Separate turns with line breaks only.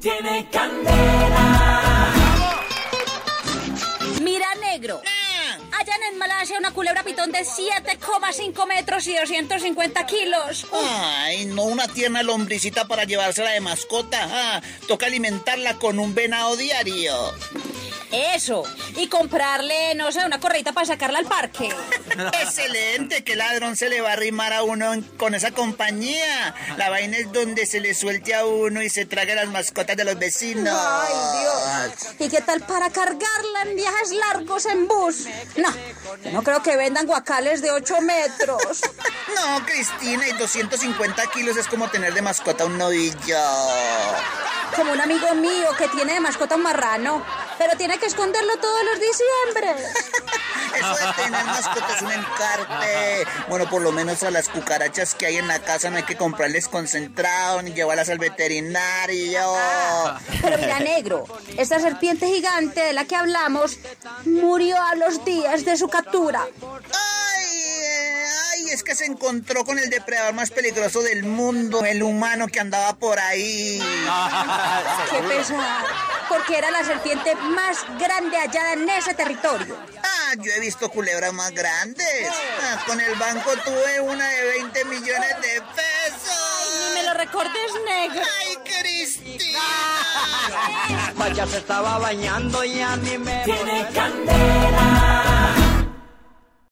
tiene candela.
Mira, negro. Hallan en Malasia una culebra pitón de 7,5 metros y 250 kilos.
Ay, no una tierna lombricita para llevársela de mascota. ah. Toca alimentarla con un venado diario.
Eso. Y comprarle, no sé, una correita para sacarla al parque.
Excelente, que ladrón se le va a arrimar a uno en- con esa compañía. La vaina es donde se le suelte a uno y se traga las mascotas de los vecinos.
Ay, Dios. ¿Y qué tal para cargarla en viajes largos en bus? No, yo no creo que vendan guacales de 8 metros.
No, Cristina, y 250 kilos es como tener de mascota un novillo.
Como un amigo mío que tiene de mascota un marrano. Pero tiene que esconderlo todos los diciembre.
Eso de tener mascotas es un encarte. Bueno, por lo menos a las cucarachas que hay en la casa no hay que comprarles concentrado ni llevarlas al veterinario.
Pero mira, negro, esta serpiente gigante de la que hablamos murió a los días de su captura.
Ay, eh, ay, es que se encontró con el depredador más peligroso del mundo, el humano que andaba por ahí.
Qué pesar, porque era la serpiente más grande hallada en ese territorio.
Ah, yo he visto culebras más grandes. Ah, con el banco tuve una de 20 millones de
Ni
pesos.
me lo recordes, negro.
¡Ay, Cristina!
María se estaba bañando y a mí me
Tiene candela.